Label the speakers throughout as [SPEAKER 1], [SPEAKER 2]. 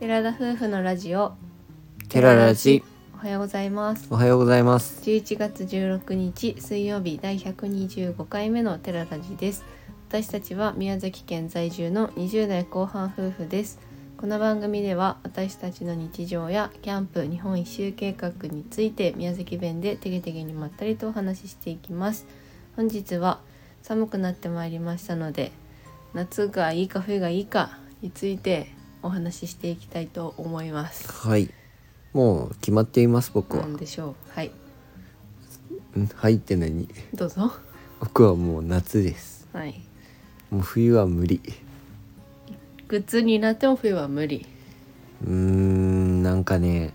[SPEAKER 1] 寺田夫婦のラジオ
[SPEAKER 2] テララジ
[SPEAKER 1] おはようございます
[SPEAKER 2] おはようございます
[SPEAKER 1] 11月16日水曜日第125回目の寺ラジです私たちは宮崎県在住の20代後半夫婦ですこの番組では私たちの日常やキャンプ日本一周計画について宮崎弁でてげてげにまったりとお話ししていきます本日は寒くなってまいりましたので夏がいいか冬がいいかについてお話ししていきたいと思います
[SPEAKER 2] はいもう決まっています僕は、
[SPEAKER 1] なんでしょうはい
[SPEAKER 2] うん、はいって何
[SPEAKER 1] どうぞ
[SPEAKER 2] 僕はもう夏です
[SPEAKER 1] はい
[SPEAKER 2] もう冬は無理
[SPEAKER 1] グッズになっても冬は無理
[SPEAKER 2] うーんなんかね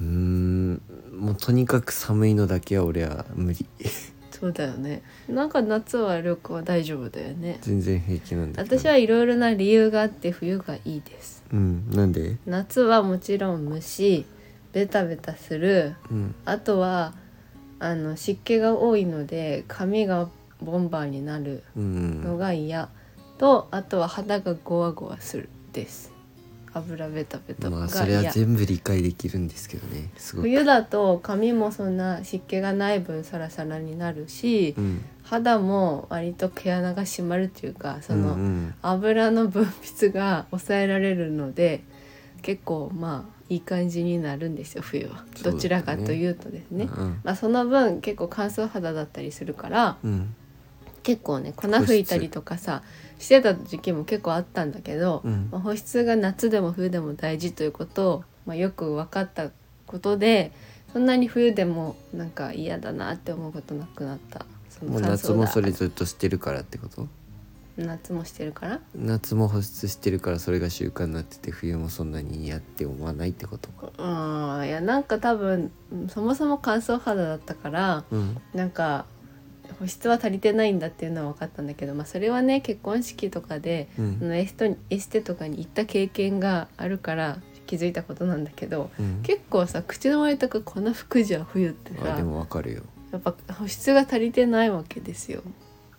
[SPEAKER 2] うーんもうとにかく寒いのだけは俺は無理
[SPEAKER 1] そうだよねなんか夏は旅行は大丈夫だよね
[SPEAKER 2] 全然平気なんだけど
[SPEAKER 1] 私はいろいろな理由があって冬がいいです
[SPEAKER 2] うんなんで
[SPEAKER 1] 夏はもちろん虫ベタベタする
[SPEAKER 2] うん
[SPEAKER 1] あとはあの湿気が多いので髪がボンバーになる
[SPEAKER 2] う
[SPEAKER 1] の
[SPEAKER 2] ん
[SPEAKER 1] が嫌とあとは肌がゴワゴワするです油ベタベタ
[SPEAKER 2] ま
[SPEAKER 1] が
[SPEAKER 2] あそれは
[SPEAKER 1] 嫌
[SPEAKER 2] 全部理解できるんですけどねすごく
[SPEAKER 1] 冬だと髪もそんな湿気がない分サラサラになるし
[SPEAKER 2] うん
[SPEAKER 1] 肌も割と毛穴が締まるというかその、
[SPEAKER 2] うんうん
[SPEAKER 1] 油の分泌が抑えられるので結構まあいい感じになるんですよ冬は、
[SPEAKER 2] そうだね
[SPEAKER 1] どちらかというとですね、
[SPEAKER 2] うん
[SPEAKER 1] まあ、その分結構乾燥肌だったりするから
[SPEAKER 2] うん
[SPEAKER 1] 結構ね粉吹いたりとかさしてた時期も結構あったんだけど、
[SPEAKER 2] うん
[SPEAKER 1] まあ、保湿が夏でも冬でも大事ということを、まあ、よく分かったことでそんなに冬でもなんか嫌だなって思うことなくなったそ
[SPEAKER 2] もう
[SPEAKER 1] 乾燥
[SPEAKER 2] 夏も
[SPEAKER 1] だ
[SPEAKER 2] それずっとしてるからってこと
[SPEAKER 1] 夏もしてるから
[SPEAKER 2] 夏も保湿してるからそれが習慣になってて冬もそんなに嫌って思わないってことか
[SPEAKER 1] うんいやなんか多分うんそもそも乾燥肌だったから
[SPEAKER 2] うん
[SPEAKER 1] なんか保湿は足りてないんだっていうのは分かったんだけど、まあ、それはね結婚式とかで
[SPEAKER 2] う
[SPEAKER 1] そ
[SPEAKER 2] ん
[SPEAKER 1] のエストエステとかに行った経験があるから気づいたことなんだけど
[SPEAKER 2] うん
[SPEAKER 1] 結構さ口の周りとかこの服じゃ冬ってさ
[SPEAKER 2] あでもわかるよ
[SPEAKER 1] やっぱ保湿が足りてないわけですよ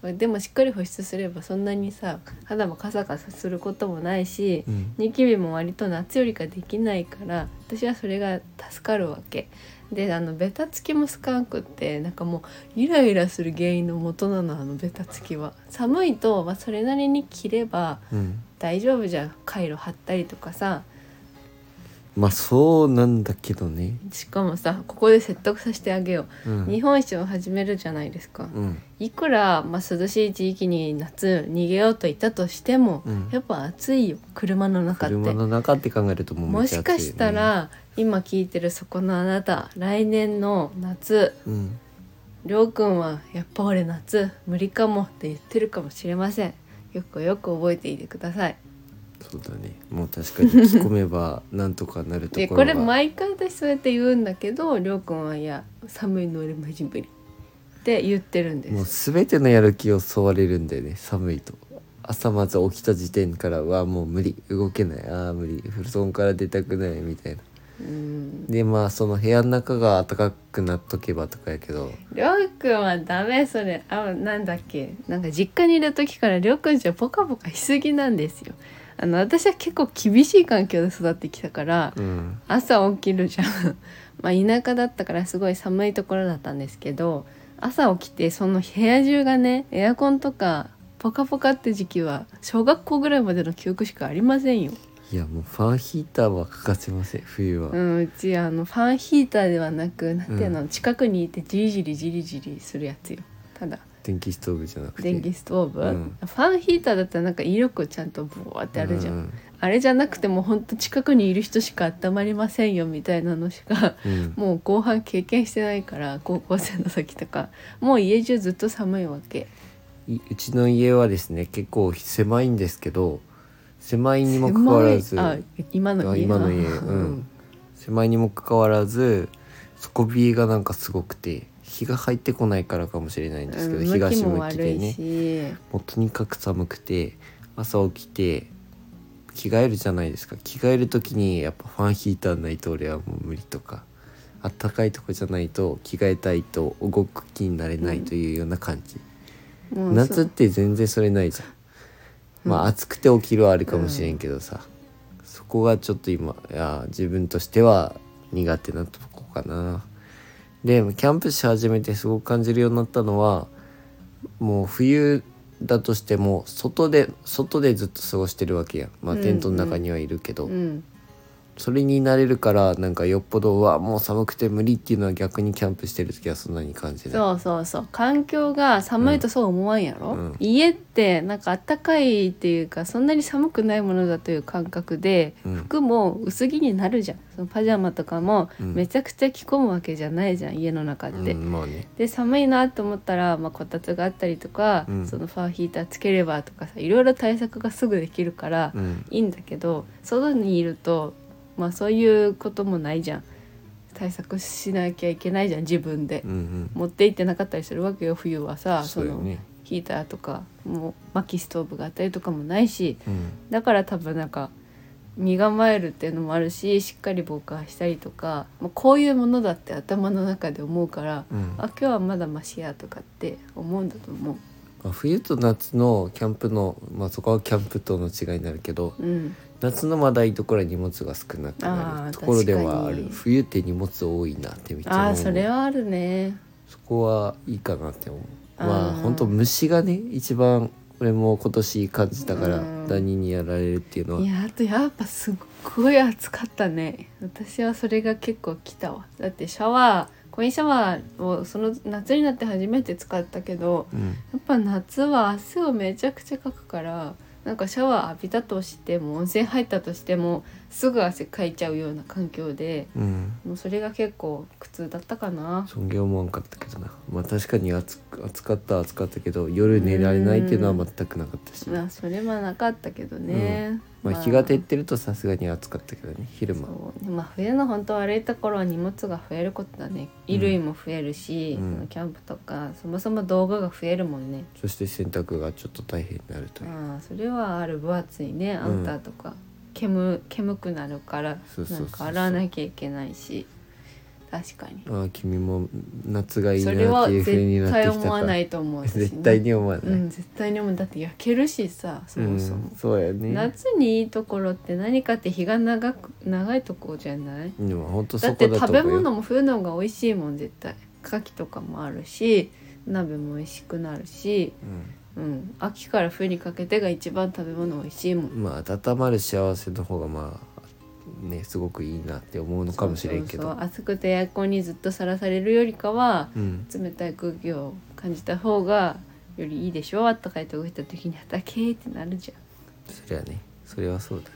[SPEAKER 1] でもしっかり保湿すればそんなにさ肌もカサカサすることもないし
[SPEAKER 2] うん
[SPEAKER 1] ニキビも割と夏よりかできないから私はそれが助かるわけであのベタつきも少なくってなんかもうイライラする原因の元なのあのベタつきは寒いと、まあ、それなりに着れば
[SPEAKER 2] うん
[SPEAKER 1] 大丈夫じゃんカイロ貼ったりとかさ
[SPEAKER 2] まあそうなんだけどね
[SPEAKER 1] しかもさここで説得させてあげよ
[SPEAKER 2] う
[SPEAKER 1] うん日本一を始めるじゃないですか
[SPEAKER 2] うん
[SPEAKER 1] いくら、まあ、涼しい地域に夏逃げようといたとしても、
[SPEAKER 2] うん
[SPEAKER 1] やっぱ暑いよ車の中って
[SPEAKER 2] 車の中って考えるともう
[SPEAKER 1] も
[SPEAKER 2] めちゃ
[SPEAKER 1] し
[SPEAKER 2] 暑い、ね、
[SPEAKER 1] かしたら今聞いてるそこのあなた来年の夏
[SPEAKER 2] うん
[SPEAKER 1] りょうくんはやっぱ俺夏無理かもって言ってるかもしれませんよくよく覚えていてください
[SPEAKER 2] そうだねもう確かに着込めばなんとかなると
[SPEAKER 1] で
[SPEAKER 2] こ
[SPEAKER 1] こ
[SPEAKER 2] ろが
[SPEAKER 1] れ毎回私そうやって言うんだけどりょうくんはいや寒いの俺マジ無理って言ってるんで
[SPEAKER 2] もう
[SPEAKER 1] す
[SPEAKER 2] 全てのやる気をそわれるんだよね寒いと朝まず起きた時点からはもう無理動けないああ無理布団から出たくないみたいな
[SPEAKER 1] うん
[SPEAKER 2] でまあその部屋の中が暖かくなっとけばとかやけど
[SPEAKER 1] りょうくんはダメそれあなんだっけなんか実家にいる時からりょうくんじゃポカポカしすぎなんですよあの私は結構厳しい環境で育ってきたから、
[SPEAKER 2] うん
[SPEAKER 1] 朝起きるじゃん まあ田舎だったからすごい寒いところだったんですけど朝起きてその部屋中がねエアコンとかポカポカって時期は小学校ぐらいまでの記憶しかありませんよ、
[SPEAKER 2] いやもうファンヒーターは欠かせません冬は、
[SPEAKER 1] うん、うちあのファンヒーターではなくなんていうの、
[SPEAKER 2] う
[SPEAKER 1] 近くにいてじりじりじりじりするやつよただ
[SPEAKER 2] 電気ストーブじゃなくて
[SPEAKER 1] 電気ストーブ、
[SPEAKER 2] うん
[SPEAKER 1] ファンヒーターだったらなんか威力ちゃんとブワーってあるじゃん、
[SPEAKER 2] うん
[SPEAKER 1] あれじゃなくてもうほんと近くにいる人しか温まりませんよみたいなのしか
[SPEAKER 2] うん
[SPEAKER 1] もう後半経験してないから高校生の時とかもう家中ずっと寒いわけ
[SPEAKER 2] いうちの家はですね結構狭いんですけど狭いにもかかわらず
[SPEAKER 1] 狭いあ今の
[SPEAKER 2] あ
[SPEAKER 1] 家
[SPEAKER 2] 今の家うん、狭いにもかかわらず底冷えがなんかすごくて日が入ってこないからかもしれないんですけど、
[SPEAKER 1] うん向
[SPEAKER 2] 東
[SPEAKER 1] きも
[SPEAKER 2] 向き
[SPEAKER 1] 悪
[SPEAKER 2] で
[SPEAKER 1] い
[SPEAKER 2] ね
[SPEAKER 1] し、
[SPEAKER 2] もうとにかく寒くて朝起きて着替えるじゃないですか着替える時にやっぱファンヒーターないと俺はもう無理とかあったかいとこじゃないと着替えたいと動く気になれないというような感じ、
[SPEAKER 1] もう
[SPEAKER 2] 夏っ
[SPEAKER 1] そ
[SPEAKER 2] て全然それないじゃん、まあ暑くて起きるはあるかもしれんけどさ、そこがちょっと今いや自分としては苦手なとこかな。でキャンプし始めてすごく感じるようになったのはもう冬だとしても外で外でずっと過ごしてるわけやんまあ
[SPEAKER 1] うん
[SPEAKER 2] テントの中にはいるけど、
[SPEAKER 1] うん
[SPEAKER 2] それに慣れるからなんかよっぽどうわもう寒くて無理っていうのは逆にキャンプしてる時はそんなに感じない
[SPEAKER 1] そうそうそう環境が寒いとそう思わんやろ、
[SPEAKER 2] うん
[SPEAKER 1] 家ってなんかあったかいっていうかそんなに寒くないものだという感覚で
[SPEAKER 2] うん
[SPEAKER 1] 服も薄着になるじゃんそのパジャマとかも
[SPEAKER 2] うん
[SPEAKER 1] めちゃくちゃ着込むわけじゃないじゃん家の中って。
[SPEAKER 2] うん、まあね
[SPEAKER 1] で寒いなと思ったら、まあ、こたつがあったりとか、
[SPEAKER 2] うん
[SPEAKER 1] そのファーヒーターつければとかさいろいろ対策がすぐできるから
[SPEAKER 2] うん
[SPEAKER 1] いいんだけど外にいると、まあ、そういうこともないじゃん対策しなきゃいけないじゃん自分で
[SPEAKER 2] うんうん
[SPEAKER 1] 持って行ってなかったりするわけよ冬はさそ,、
[SPEAKER 2] そうよ
[SPEAKER 1] の
[SPEAKER 2] ね
[SPEAKER 1] ヒーターとかもう薪ストーブがあったりとかもないし
[SPEAKER 2] うん
[SPEAKER 1] だから多分なんか身構えるっていうのもあるししっかり防寒したりとか、まあ、こういうものだって頭の中で思うから、
[SPEAKER 2] うん
[SPEAKER 1] あ今日はまだマシやとかって思うんだと思
[SPEAKER 2] まあ冬と夏のキャンプのまあそこはキャンプとの違いになるけど
[SPEAKER 1] う、うん、
[SPEAKER 2] 夏のまだいいところは荷物が少なく
[SPEAKER 1] あ
[SPEAKER 2] な
[SPEAKER 1] ー
[SPEAKER 2] るところではあ
[SPEAKER 1] 確か
[SPEAKER 2] る
[SPEAKER 1] に
[SPEAKER 2] 冬って荷物多いなってめっちゃ
[SPEAKER 1] あ
[SPEAKER 2] 思
[SPEAKER 1] あ
[SPEAKER 2] う
[SPEAKER 1] それはあるね
[SPEAKER 2] そこはいいかなって思う
[SPEAKER 1] あー
[SPEAKER 2] まあ本当虫がね一番俺も今年感じたから
[SPEAKER 1] うん
[SPEAKER 2] ダニにやられるっていうのはい
[SPEAKER 1] やあとやっぱすっごい暑かったね私はそれが結構来たわだってシャワーコインシャワーをその夏になって初めて使ったけど
[SPEAKER 2] うん
[SPEAKER 1] やっぱ夏は汗をめちゃくちゃかくからなんかシャワー浴びたとしても温泉入ったとしてもすぐ汗かいちゃうような環境で
[SPEAKER 2] うん
[SPEAKER 1] もうそれが結構苦痛だったかな
[SPEAKER 2] 尊厳もわんかったけどなまあ確かに暑く暑かったは暑かったけど夜寝られないっていうのは全くなかったし、
[SPEAKER 1] まあそれはなかったけどね、
[SPEAKER 2] まあ、日が照ってるとさすがに暑かったけどね昼間
[SPEAKER 1] そうねまあ、冬の本当悪いところは荷物が増えることだね衣類も増えるし、
[SPEAKER 2] うん
[SPEAKER 1] そのキャンプとかそもそも道具が増えるもんね、
[SPEAKER 2] そして洗濯がちょっと大変になるという、
[SPEAKER 1] ああそれはある分厚いねあんたとか、煙煙くなるから
[SPEAKER 2] そうそ
[SPEAKER 1] な
[SPEAKER 2] うそ
[SPEAKER 1] ん
[SPEAKER 2] うそう
[SPEAKER 1] か洗わなきゃいけないし確かに
[SPEAKER 2] ああ君も夏がいいな
[SPEAKER 1] そ
[SPEAKER 2] っ
[SPEAKER 1] れは
[SPEAKER 2] ていう風に
[SPEAKER 1] 絶
[SPEAKER 2] なって
[SPEAKER 1] 対
[SPEAKER 2] きた
[SPEAKER 1] 思わ
[SPEAKER 2] か
[SPEAKER 1] ないと思う私
[SPEAKER 2] 絶対に思わない、
[SPEAKER 1] うん絶対に思うだって焼けるしさそもそも、
[SPEAKER 2] うんそうやね
[SPEAKER 1] 夏にいいところって何かって日が長く長いとこじゃない
[SPEAKER 2] でも本当
[SPEAKER 1] だ
[SPEAKER 2] そ
[SPEAKER 1] って
[SPEAKER 2] こだと
[SPEAKER 1] 食
[SPEAKER 2] 思う
[SPEAKER 1] べ
[SPEAKER 2] よ
[SPEAKER 1] 物も冬の方が美味しいもん絶対牡蠣とかもあるし鍋も美味しくなるし、うん、秋から冬にかけてが一番食べ物美味しいも
[SPEAKER 2] うんん、まあ温まる幸せの方がまあねすごくいいなって思うのかもしれんけど
[SPEAKER 1] そうそうそう暑くてエアコンにずっとさらされるよりかは
[SPEAKER 2] うん
[SPEAKER 1] 冷たい空気を感じた方がよりいいでしょあったかいとこ行った時に「畑ってなるじ
[SPEAKER 2] それはねそれはそうだね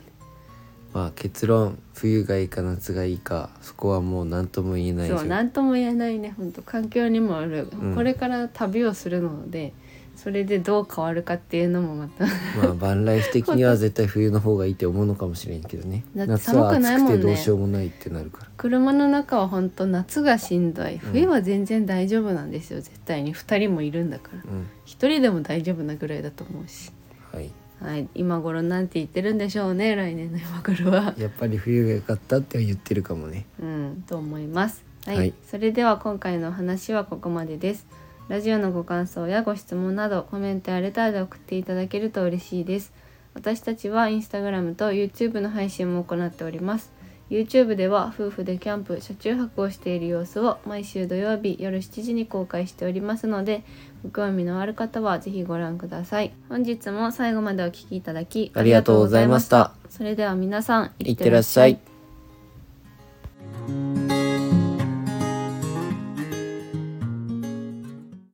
[SPEAKER 2] まあ結論冬がいいか夏がいいかそこはもう何とも言え
[SPEAKER 1] ゃ
[SPEAKER 2] なんい
[SPEAKER 1] そう
[SPEAKER 2] 状況
[SPEAKER 1] 何とも言えないね本当環境にもある、
[SPEAKER 2] うん
[SPEAKER 1] これから旅をするのでそれでどう変わるかっていうのもまた
[SPEAKER 2] まあバンライフ的には絶対冬の方がいいって思うのかもしれんけどね
[SPEAKER 1] だって
[SPEAKER 2] 夏は
[SPEAKER 1] 寒くないも
[SPEAKER 2] 暑
[SPEAKER 1] ん
[SPEAKER 2] く
[SPEAKER 1] ね
[SPEAKER 2] てどうしようもないってなるから、
[SPEAKER 1] 車の中は本当夏がしんどい冬は全然大丈夫なんですよ、絶対に2人もいるんだから
[SPEAKER 2] うん
[SPEAKER 1] 1人でも大丈夫なぐらいだと思うし、
[SPEAKER 2] はい、
[SPEAKER 1] はい、今頃なんて言ってるんでしょうね来年の今頃は。
[SPEAKER 2] やっぱり冬が良かったって言ってるかもね
[SPEAKER 1] うん、と思います、はい
[SPEAKER 2] はい
[SPEAKER 1] それでは今回のお話はここまでですラジオのご感想やご質問などコメントやレターで送っていただけると嬉しいです私たちはインスタグラムと YouTube の配信も行っております YouTube では夫婦でキャンプ車中泊をしている様子を毎週土曜日夜7時に公開しておりますのでご興味のある方はぜひご覧ください本日も最後までお聞きいただき
[SPEAKER 2] ありがとうございました
[SPEAKER 1] ありがとうございましたそれでは皆さん
[SPEAKER 2] いってらっしゃい